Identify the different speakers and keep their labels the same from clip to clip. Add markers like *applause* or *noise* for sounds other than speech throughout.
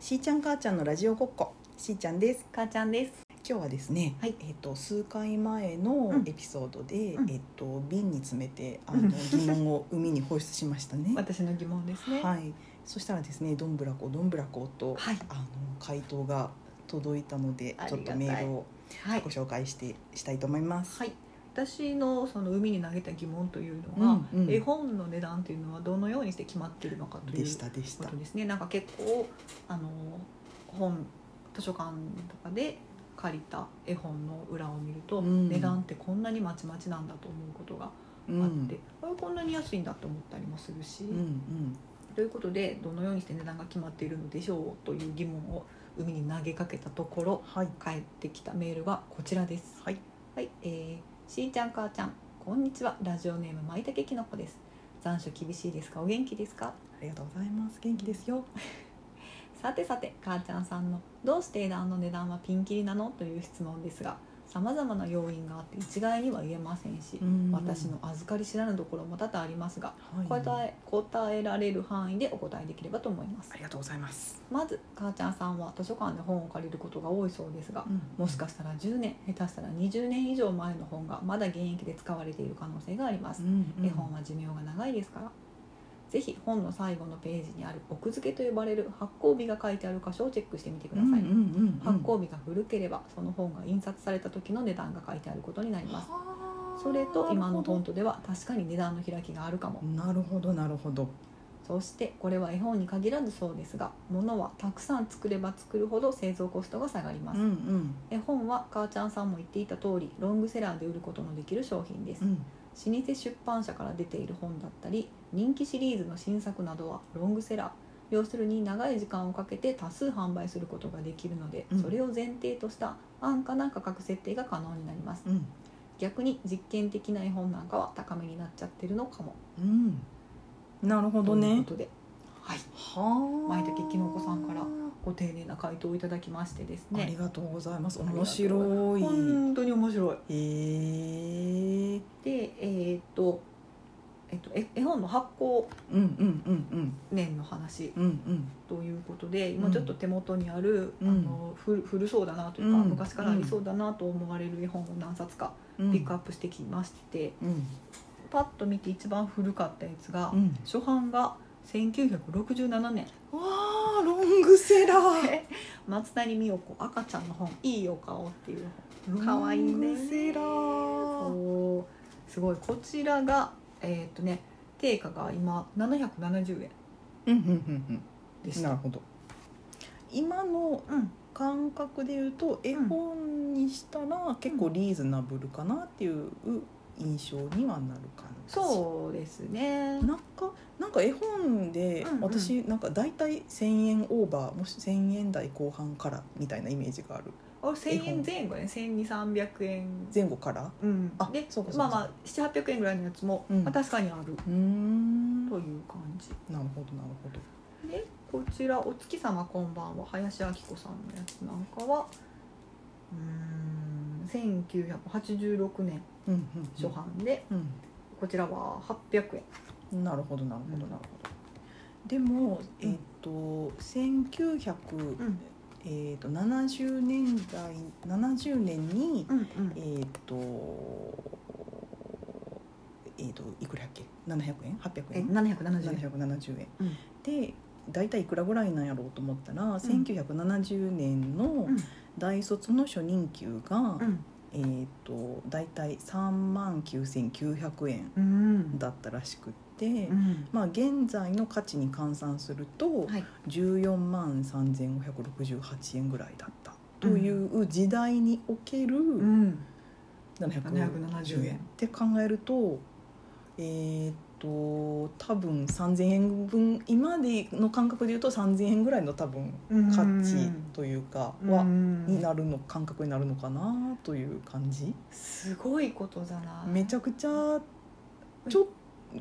Speaker 1: しーちゃん母ちゃんのラジオごっこしーちゃんです
Speaker 2: 母ちゃんです。
Speaker 1: 今日はですね、
Speaker 2: はい
Speaker 1: えっ、と数回前の
Speaker 2: うん
Speaker 1: エピソードで、
Speaker 2: うん
Speaker 1: えっ、と瓶に詰めてあ
Speaker 2: う
Speaker 1: の
Speaker 2: ん
Speaker 1: 疑問を海に放出しました
Speaker 2: *laughs*
Speaker 1: ね
Speaker 2: 私の疑問ですね。
Speaker 1: はいそしたらですねどんぶらこどんぶらこと、
Speaker 2: はい
Speaker 1: あの回答が届いたので
Speaker 2: あり
Speaker 1: ちょ
Speaker 2: が
Speaker 1: った
Speaker 2: い
Speaker 1: とメールを
Speaker 2: はい
Speaker 1: ご。紹介してしたいと思います、
Speaker 2: はい私のその海に投げた疑問という
Speaker 1: う
Speaker 2: のが、
Speaker 1: んうん
Speaker 2: 絵本の値段というのはどのようにして決まっているのかとい
Speaker 1: で
Speaker 2: う
Speaker 1: したでし
Speaker 2: こ
Speaker 1: た
Speaker 2: とですね。なんか結構あの本図書館とかで借りた絵本の裏を見る
Speaker 1: う
Speaker 2: と、
Speaker 1: ん
Speaker 2: 値段ってこんなにまちまちなんだと思うことがあ
Speaker 1: う
Speaker 2: って、
Speaker 1: ん
Speaker 2: あれこんなに安いんだと思ったりもするし、
Speaker 1: うんうん
Speaker 2: ということでどのようにして値段が決まっているのでしょうという疑問を海に投げかけたところ
Speaker 1: はい
Speaker 2: 返ってきたメールがこちらです
Speaker 1: はい
Speaker 2: はい、えー、しーちゃん母ちゃんこんにちはラジオネームまいたけきのこです残暑厳しいですかお元気ですか
Speaker 1: ありがとうございます元気ですよ
Speaker 2: さてさて母ちゃんさんのどうして値段の値段はピンキリなのという質問ですが様々な要因があって一概には言えませんし、私の預かり知らぬところも多々ありますが
Speaker 1: はい
Speaker 2: 答え答えられる範囲でお答えできればと思います
Speaker 1: ありがとうございます、
Speaker 2: まず母ちゃんさんは図書館で本を借りることが多いそうですがもしかしたら10年下手したら20年以上前の本がまだ現役で使われている可能性があります、絵本は寿命が長いですからぜひ本の最後のページにある奥付けと呼ばれる発行日が書いてある箇所をチェックしてみてください、発行日が古ければその本が印刷された時の値段が書いてあることになりますそれと今の本とでは確かに値段の開きがあるかも
Speaker 1: なるほどなるほど
Speaker 2: そしてこれは絵本に限らずそうですが物はたくさん作れば作るほど製造コストが下がります、
Speaker 1: ん
Speaker 2: 絵本は母ちゃんさんも言っていた通りロングセラーで売ることのできる商品です、
Speaker 1: ん
Speaker 2: 老舗出版社から出ている本だったり人気シリーズの新作などはロングセラー要するに長い時間をかけて多数販売することができるので、
Speaker 1: うん
Speaker 2: それを前提とした安価な価格設定が可能になります
Speaker 1: うん
Speaker 2: 逆に実験的な絵本なんかは高めになっちゃってるのかも
Speaker 1: うんなるほど
Speaker 2: という
Speaker 1: ね
Speaker 2: ことではい
Speaker 1: は
Speaker 2: 舞茸きのこさんからご丁寧な回答をいただきましてです
Speaker 1: あり
Speaker 2: ね
Speaker 1: がとうございます
Speaker 2: ありがとう
Speaker 1: 面白い
Speaker 2: 本当に面白い
Speaker 1: へえ
Speaker 2: でえーっとえっとえ絵本の発行
Speaker 1: うんうんうんうん
Speaker 2: 年の話
Speaker 1: うんうん
Speaker 2: ということで
Speaker 1: う
Speaker 2: 今
Speaker 1: ん
Speaker 2: ちょっと手元にある、
Speaker 1: うん
Speaker 2: あのふ古そうだなというか、
Speaker 1: うん
Speaker 2: 昔からありそうだなと思われる絵本を何冊か
Speaker 1: うん
Speaker 2: ピックアップしてきまして、
Speaker 1: うん
Speaker 2: パッと見て一番古かったやつが、
Speaker 1: うん
Speaker 2: 初版が1967年
Speaker 1: わあロングセラー
Speaker 2: *laughs* で *laughs* 松谷美代子赤ちゃんの本「いいよ顔」っていう可
Speaker 1: 可
Speaker 2: 愛
Speaker 1: 愛
Speaker 2: い
Speaker 1: い
Speaker 2: ね
Speaker 1: ロングセラー
Speaker 2: 本おーすごいこちらがえーっとね定価が今770
Speaker 1: う
Speaker 2: 円
Speaker 1: んうんうん
Speaker 2: で
Speaker 1: う
Speaker 2: し
Speaker 1: んなる
Speaker 2: た。
Speaker 1: ほど今の
Speaker 2: うん
Speaker 1: 感覚で言うと絵本にしたら結構リーズナブルかなっていう印象にはなる感じ、
Speaker 2: そうですね
Speaker 1: なんかなんか絵本で
Speaker 2: うんうん
Speaker 1: 私なんか大体1,000円オーバーもし1,000円台後半からみたいなイメージがある
Speaker 2: あ1000
Speaker 1: 絵
Speaker 2: 円
Speaker 1: 本
Speaker 2: 前後ね1200300円
Speaker 1: 前後から
Speaker 2: うん
Speaker 1: あ
Speaker 2: で
Speaker 1: そうかそう
Speaker 2: ま
Speaker 1: か
Speaker 2: あまあ700800円ぐらいのやつも、
Speaker 1: うん
Speaker 2: まあ、確かにある
Speaker 1: うーんな
Speaker 2: と
Speaker 1: る
Speaker 2: いう感じ
Speaker 1: ほどなるほど
Speaker 2: でこちら「お月様こんばんは」林明子さんのやつなんかはうーん1986年
Speaker 1: うんうん
Speaker 2: 初版で、
Speaker 1: うん、
Speaker 2: こちらは800円
Speaker 1: うん、なるほどなるほど、
Speaker 2: うん
Speaker 1: なるほどでも
Speaker 2: うん
Speaker 1: えっ、と1900、
Speaker 2: ん
Speaker 1: えー、と70年代70年に、
Speaker 2: うんうん
Speaker 1: えー、とえー、といくらやっけ700円800
Speaker 2: え
Speaker 1: 円
Speaker 2: 770円
Speaker 1: 770円、
Speaker 2: うん
Speaker 1: で大体いくらぐらいなんやろうと思ったら、1970年の
Speaker 2: うん
Speaker 1: 大卒の初任給が、
Speaker 2: うん
Speaker 1: えー、と大体3万9900円
Speaker 2: うん
Speaker 1: だったらしくって、
Speaker 2: うん
Speaker 1: まあ、現在の価値に換算すると、
Speaker 2: はい
Speaker 1: 14万3568円ぐらいだったという時代における、
Speaker 2: うん
Speaker 1: 770円って考えるとえーっと多分3,000円分今での感覚で言うと3,000円ぐらいの多分
Speaker 2: うん
Speaker 1: 価値というかは、
Speaker 2: うん
Speaker 1: になるの感覚になるのかなという感じ
Speaker 2: すごいことだな
Speaker 1: めちゃくちゃちょっ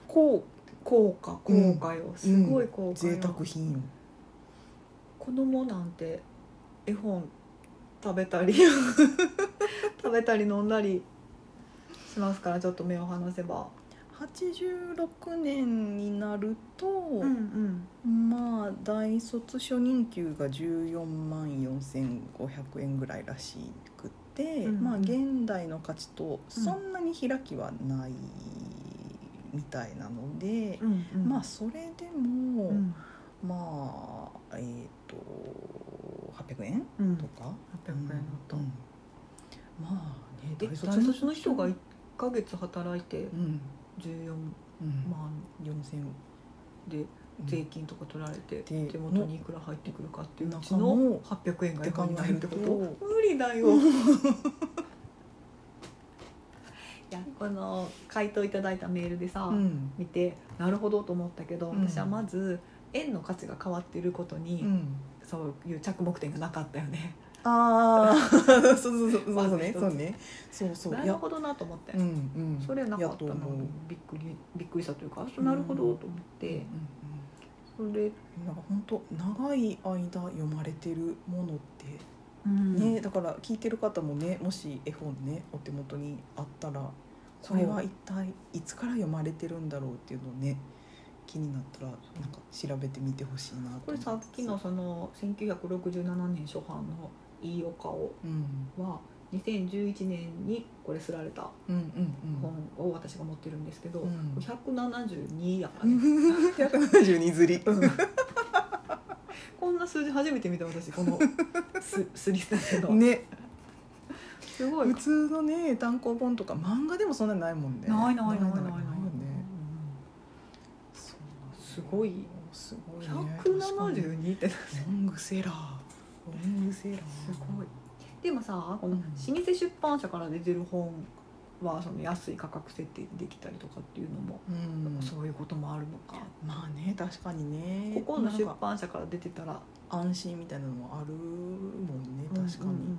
Speaker 1: こ
Speaker 2: 高価高
Speaker 1: うん
Speaker 2: 価よ、すごい高
Speaker 1: う
Speaker 2: 価よ、
Speaker 1: 贅沢品よ
Speaker 2: 子供なんて絵本食べたり *laughs* 食べたり飲んだりしますからちょっと目を離せば
Speaker 1: 86年になると、
Speaker 2: うんうん
Speaker 1: まあ大卒初任給が14万4500円ぐらいらしくて、
Speaker 2: うん
Speaker 1: まあ現代の価値と
Speaker 2: うん
Speaker 1: そんなに開きはないみたいなので、
Speaker 2: うんうん
Speaker 1: まあそれでも、
Speaker 2: うん
Speaker 1: まあえっ、と800円
Speaker 2: うん
Speaker 1: とか、
Speaker 2: 800円だった、
Speaker 1: うんまあね
Speaker 2: で大卒の人が1ヶ月働いて
Speaker 1: うん、うん
Speaker 2: 14万
Speaker 1: 4000円
Speaker 2: で税金とか取られて
Speaker 1: で
Speaker 2: 手元にいくら入ってくるかっていううち
Speaker 1: 中の
Speaker 2: の800円が今になるってこと
Speaker 1: って考える
Speaker 2: 無理だよ *laughs* いやこの回答いただいたメールでさ、
Speaker 1: うん
Speaker 2: 見てなるほどと思ったけど
Speaker 1: うん
Speaker 2: 私はまず円の価値が変わっていることに、
Speaker 1: うん
Speaker 2: そういう着目点がなかったよね。
Speaker 1: ああ
Speaker 2: *laughs*
Speaker 1: そうそうそう
Speaker 2: ま
Speaker 1: そ
Speaker 2: ず
Speaker 1: うね
Speaker 2: 一つ
Speaker 1: そうねそうそう
Speaker 2: ないる
Speaker 1: や
Speaker 2: ほどなと思って、
Speaker 1: うんうん
Speaker 2: それなか
Speaker 1: や
Speaker 2: った
Speaker 1: と
Speaker 2: の
Speaker 1: 思う
Speaker 2: びっくりびっくりしたというかあそうなるほどと思っ
Speaker 1: うん
Speaker 2: て、
Speaker 1: う
Speaker 2: それ、
Speaker 1: んなんか本当長い間読まれてるものってね、
Speaker 2: ね
Speaker 1: だから聞いてる方もねもし絵本ねお手元にあったらこれは一体いつから読まれてるんだろうっていうのをね気になったらなんか調べてみてほしいなと
Speaker 2: これさっきのその1967年初版の「いいお顔
Speaker 1: うん」
Speaker 2: は2011年にこれすられた
Speaker 1: うんうんうん
Speaker 2: 本を私が持ってるんですけど、
Speaker 1: うん
Speaker 2: 172やからね、
Speaker 1: *laughs* 172釣り
Speaker 2: こんな数字初めて見た私このすすりだけど、
Speaker 1: ね
Speaker 2: すごい
Speaker 1: 普通のね単行本とか漫画でもそんなにないもんね
Speaker 2: ないないないないない
Speaker 1: よねそう
Speaker 2: すごい
Speaker 1: すごいね
Speaker 2: 172って
Speaker 1: ロングセラーロングセラー
Speaker 2: すごいでもさこの
Speaker 1: うん
Speaker 2: 老舗出版社から出てる本はその安い価格設定できたりとかっていうのも、
Speaker 1: うん
Speaker 2: そういうこともあるのか、
Speaker 1: まあね確かにね
Speaker 2: ここの
Speaker 1: なん
Speaker 2: 出
Speaker 1: か
Speaker 2: 版社から出てたら
Speaker 1: 安心みたいなのもあるもんね確かに、
Speaker 2: うんうんうんうん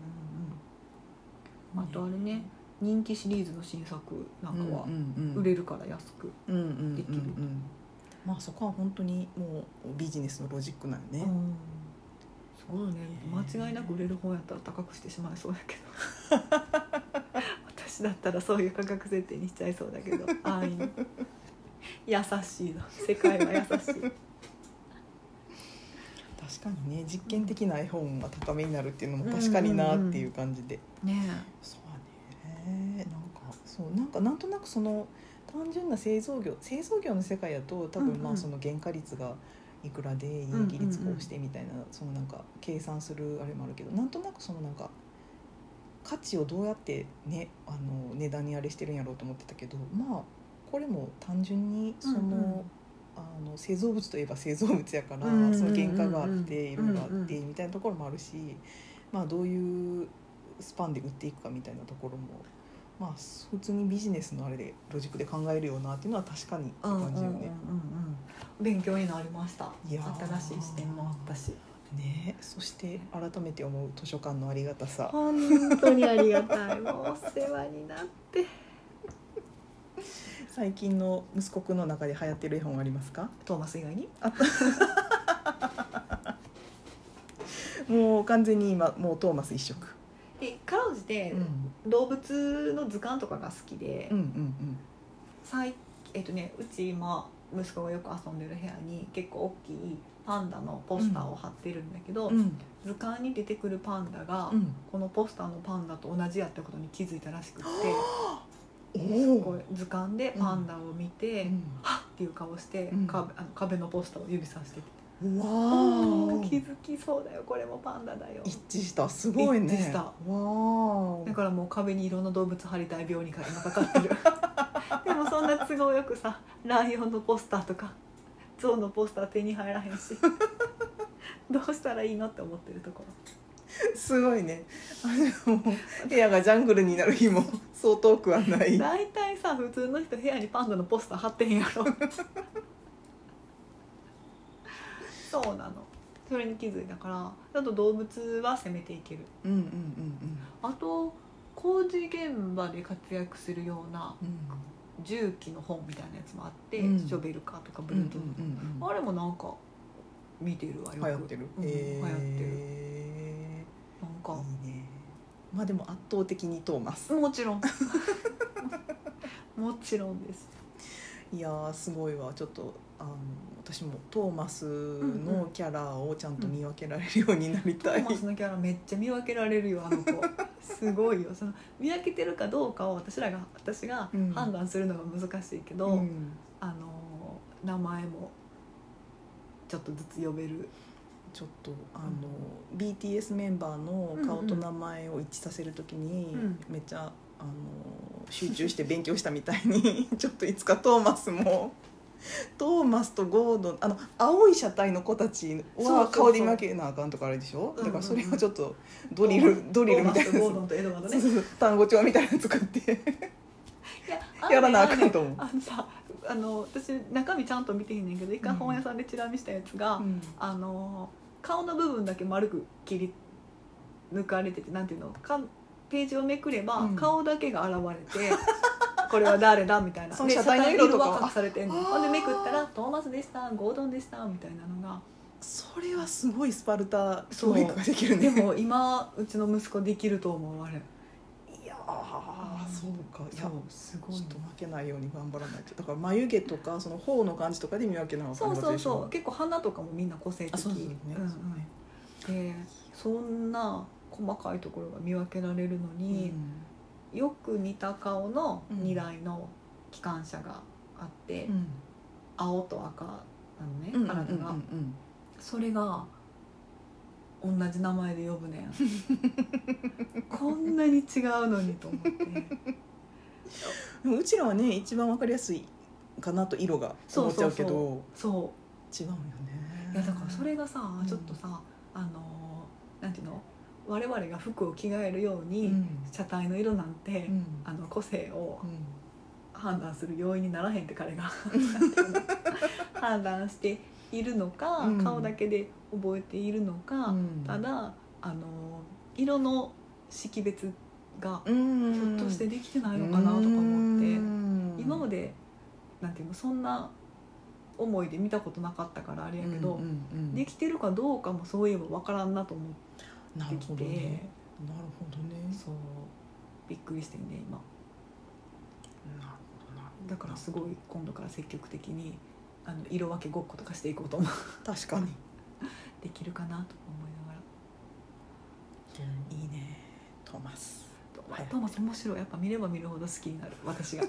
Speaker 2: あとあれね人気シリーズの新作なんかは売れ
Speaker 1: る
Speaker 2: るから安く、
Speaker 1: うんうんうん
Speaker 2: でき
Speaker 1: う
Speaker 2: る
Speaker 1: んまあそこは本当にもうビジネスのロジックなよね、
Speaker 2: うんすごいね間違いなく売れる本やったら高くしてしまいそうやけど *laughs* 私だったらそういう価格設定にしちゃいそうだけど安易に優しいの世界は優しい
Speaker 1: 確かにね実験的な絵本が高めになるっていうのも確かになっていう感じで、
Speaker 2: ね
Speaker 1: そうねなんかそうなんかなんとなくその単純な製造業製造業の世界だと多
Speaker 2: うんう
Speaker 1: 分
Speaker 2: ん
Speaker 1: まあその原価率がいくらで有機率こうしてみたいな、そのなんか計算するあれもあるけどなんとなくそのなんか価値をどうやってねあの値段にあれしてるんやろうと思ってたけどまあこれも単純にその、
Speaker 2: うんうん
Speaker 1: あの製造物といえば製造物やから、
Speaker 2: うんうんうんうん
Speaker 1: その原価があって色があっ
Speaker 2: うんうん
Speaker 1: てみたいなところもあるし、まあどういうスパンで売っていくかみたいなところもまあ普通にビジネスのあれでロジックで考えるよなっていうのは確かにって
Speaker 2: うんうんうんう
Speaker 1: 感
Speaker 2: ん
Speaker 1: じ
Speaker 2: う
Speaker 1: よ
Speaker 2: ん
Speaker 1: ね。
Speaker 2: 勉強になりました
Speaker 1: いやー
Speaker 2: 新しい視点もあったし
Speaker 1: ねそして改めて思う図書館のありがたさ。
Speaker 2: 本当にありがたいもうお世話になって
Speaker 1: 最近の息子くんの中で流行ってる絵本ありますか？
Speaker 2: トーマス以外に
Speaker 1: もう完全に今もうトーマス一色。
Speaker 2: でかろうじて、
Speaker 1: うん
Speaker 2: 動物の図鑑とかが好きで、
Speaker 1: うんうん
Speaker 2: 最えっとねうち今息子がよく遊んでる部屋に結構大きいパンダのポスターを貼ってるんだけど、
Speaker 1: うんうん
Speaker 2: 図鑑に出てくるパンダが、
Speaker 1: うん。
Speaker 2: このポスターのパンダと同じやったことに気づいたらしくって
Speaker 1: お
Speaker 2: こ
Speaker 1: お。
Speaker 2: う図鑑でパンダを見て、
Speaker 1: うん
Speaker 2: はっっていう顔して、
Speaker 1: うん
Speaker 2: 壁あの壁のポスターを指さしてて
Speaker 1: うわ
Speaker 2: 「おー気
Speaker 1: ー
Speaker 2: づきそうだよこれもパンダだよ」
Speaker 1: 一致したすごいね
Speaker 2: 一致した
Speaker 1: わー
Speaker 2: だからもう壁にいろんな動物張りたい病にか今かかってるでもそんな都合よくさライオンのポスターとか象のポスター手に入らへんしどうしたらいいのって思ってるとこ
Speaker 1: すごいねあのもう部屋がジャングルになる日 *laughs* もそう遠くはな
Speaker 2: ろ
Speaker 1: い
Speaker 2: 大体さ普通の人部屋にパンダのポスター貼ってへんやろそうなのそれに気づいたからあと動物は攻めていける
Speaker 1: うんうん
Speaker 2: あと工事現場で活躍するような
Speaker 1: うんうん
Speaker 2: 重機の本みたいなやつもあって、
Speaker 1: うん
Speaker 2: ショベルカーとかブ
Speaker 1: うんう
Speaker 2: ル
Speaker 1: ん
Speaker 2: ートゥースとか、あれもなんか見てるわよ
Speaker 1: 流
Speaker 2: く
Speaker 1: 行ってる
Speaker 2: うん
Speaker 1: へ
Speaker 2: 流行ってる
Speaker 1: え
Speaker 2: なん
Speaker 1: い
Speaker 2: か
Speaker 1: いねまあでも圧
Speaker 2: *laughs*
Speaker 1: 倒的にトーマス
Speaker 2: もちろんもちろんです
Speaker 1: いやーすごいわちょっとあの私もトーマスのキャラをちゃんと見分けられるようになり
Speaker 2: ト
Speaker 1: たい、
Speaker 2: ーマスのキャラめっちゃ見分けられるよあの子すごいよその見分けてるかどうかを私らが私が
Speaker 1: うん
Speaker 2: 判断するのが難しいけど、
Speaker 1: うん
Speaker 2: あの名前もちょっとずつ呼べる
Speaker 1: ちょっとあの、BTS メンバーの顔と名前を一致させるときに、
Speaker 2: うん
Speaker 1: めっちゃあの集中して勉強したみたいに *laughs* ちょっといつかトーマスも *laughs* トーマスとゴードンあの青い車体の子たち
Speaker 2: そうそうそ
Speaker 1: は
Speaker 2: う
Speaker 1: 顔で見分けなあかんとかあれでしょだからそれをちょっとドリル、ドリルみたいな
Speaker 2: トー
Speaker 1: や
Speaker 2: マスとゴードンとエドワード
Speaker 1: つ
Speaker 2: ね
Speaker 1: そうそう単語帳みたいなの作って
Speaker 2: いやあのね
Speaker 1: やらなあかんと思う。
Speaker 2: あのさあの私中身ちゃんと見てへんねんけど一回本屋さんでチラ見したやつが、
Speaker 1: うん
Speaker 2: あの顔の部分だけ丸く切り抜かれててなんていうのかページをめくれば、
Speaker 1: うん
Speaker 2: 顔だけが現れて *laughs* これは誰だみたいな
Speaker 1: その
Speaker 2: で
Speaker 1: 車体の色とか
Speaker 2: は隠されてんの
Speaker 1: あー
Speaker 2: ほんでめくったら「トーマスでしたゴードンでした」みたいなのが
Speaker 1: それはすごいスパルタ教育ができる
Speaker 2: で
Speaker 1: *laughs* ね。
Speaker 2: も今うちの息子できると思うあれ
Speaker 1: いやーそうかい
Speaker 2: そ
Speaker 1: や
Speaker 2: うすごい
Speaker 1: ちょっと負けないように頑張らないとだから眉毛とかその頬の感じとかで見分けなあか
Speaker 2: そ
Speaker 1: ん
Speaker 2: う
Speaker 1: わけ
Speaker 2: そう
Speaker 1: でし
Speaker 2: そう
Speaker 1: ょ
Speaker 2: 結構花とかもみんな個性的
Speaker 1: あそうそうね
Speaker 2: んん
Speaker 1: そうね
Speaker 2: でそんな細かいところが見分けられるの
Speaker 1: う
Speaker 2: に、
Speaker 1: ん
Speaker 2: よく似た顔の2台の機関車があって、青と赤なのね、
Speaker 1: うん
Speaker 2: 体が、
Speaker 1: うん
Speaker 2: それが同じ名前で呼ぶね
Speaker 1: *laughs*
Speaker 2: んこんなに違うのにと思って
Speaker 1: *laughs* うんうんうちらはね一番わかりやすいかなと色が
Speaker 2: そ
Speaker 1: 思
Speaker 2: う
Speaker 1: っち
Speaker 2: そ
Speaker 1: ゃ
Speaker 2: う
Speaker 1: うけ
Speaker 2: そう
Speaker 1: ど
Speaker 2: そ
Speaker 1: 違うよね
Speaker 2: ういやだからそれがさ、
Speaker 1: ん
Speaker 2: ちょっとさあのーなんていうの我々が服を着替えるよう
Speaker 1: う
Speaker 2: に、
Speaker 1: ん
Speaker 2: 車体の色なんて、
Speaker 1: うん
Speaker 2: あの個性を
Speaker 1: うん
Speaker 2: 判断する要因にならへんって
Speaker 1: *laughs*
Speaker 2: 彼が判断しているのか、
Speaker 1: うん
Speaker 2: 顔だけで覚えているのか、
Speaker 1: うん
Speaker 2: ただあの色の識別が
Speaker 1: う
Speaker 2: ひょ
Speaker 1: ん
Speaker 2: っとしてできてないのかなとか思って、
Speaker 1: うん
Speaker 2: 今までなんていうのそんな思いで見たことなかったからあれやけど、
Speaker 1: うんうんうん
Speaker 2: できてるかどうかもそういえばわからんなと思っ
Speaker 1: な
Speaker 2: て
Speaker 1: る
Speaker 2: き
Speaker 1: ほ
Speaker 2: て、
Speaker 1: どねなるほどね
Speaker 2: そうびっくりしてんね今。
Speaker 1: なるほどな
Speaker 2: だからすごい今度から積極的にあの色分けごっことかしていこ
Speaker 1: *laughs*
Speaker 2: うと思う
Speaker 1: 確かに
Speaker 2: できるかなと思いながら
Speaker 1: いいねトーマス
Speaker 2: トーマ
Speaker 1: はい
Speaker 2: トーマス面白いやっぱ見れば見るほど好きになる私が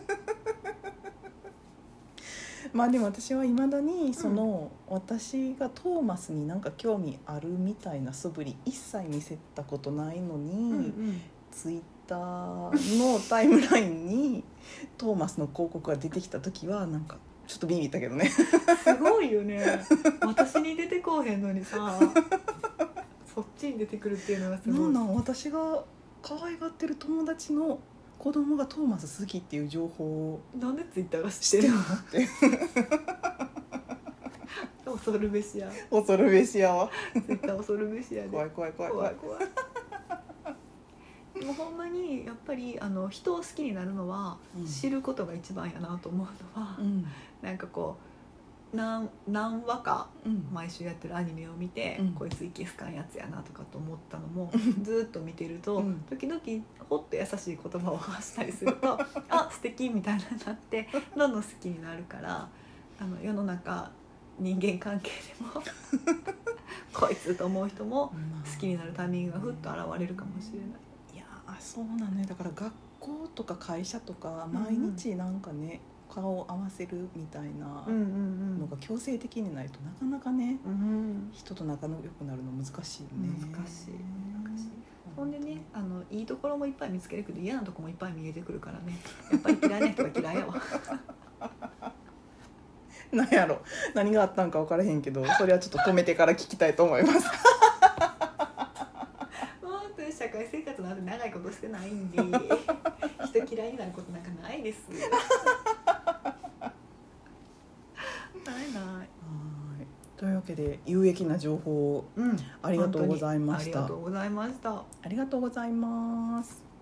Speaker 1: まあでも私はいまだにその、私がトーマスになんか興味あるみたいな素振り一切見せたことないのに、ツイッターのタイムラインにトーマスの広告が出てきた時はなんかちょっとビビったけ *laughs* どね
Speaker 2: すごいよね
Speaker 1: *laughs*
Speaker 2: 私に出てこうへんのにさそっちに出てくるっていうのがす
Speaker 1: な
Speaker 2: ご
Speaker 1: ん
Speaker 2: い
Speaker 1: なん私が可愛がってる友達の子供がトーマス好きっていう情報を
Speaker 2: なんでツイッターが知
Speaker 1: 知
Speaker 2: っ
Speaker 1: ってて
Speaker 2: る
Speaker 1: るのって
Speaker 2: の恐るべしや
Speaker 1: 恐るべしやわ
Speaker 2: ツイッター恐るべしやで
Speaker 1: 怖い怖い怖い怖
Speaker 2: 怖い
Speaker 1: い
Speaker 2: 怖いでもほんまにやっぱりあの人を好きになるのは
Speaker 1: うん
Speaker 2: 知ることが一番やなと思うのは、
Speaker 1: うん
Speaker 2: なんかこう何何話か
Speaker 1: うん
Speaker 2: 毎週やってるアニメを見て、
Speaker 1: うん
Speaker 2: こいついけすかんやつやなとかと思ったの *laughs* もずっと見てると、
Speaker 1: うん
Speaker 2: 時々ほっと優しい言葉を発したりする *laughs* とあ素敵みたいななってどんどん好きになるからあの世の中人間関係 *laughs* でもこいつと思う人も好きになるタイミングがふっと現れるかもしれない。
Speaker 1: いやーそうなのよだから学校とか会社とか毎日なんかね、顔を合わせるみたいな
Speaker 2: うん
Speaker 1: のが強制的にないとなかなかね
Speaker 2: うんうん、
Speaker 1: 人と仲良くなるの難しいよね
Speaker 2: 難しい難しいほんでねあのいいところもいっぱい見つけるけど嫌なとこもいっぱい見えてくるからねやっぱり嫌いな人は嫌いやわ
Speaker 1: なんやろ何があったんか分からへんけ *laughs* どそれはちょっと止めてから聞きたいと *laughs* 思います
Speaker 2: 本当に社会生活なんて長いことしてないん *laughs* で人嫌いになることなんかないですないない、
Speaker 1: はいというわけで有益な情報を
Speaker 2: うん、
Speaker 1: ありがとうございま
Speaker 2: あ
Speaker 1: し
Speaker 2: り
Speaker 1: た
Speaker 2: がとうございました
Speaker 1: ありがとうございます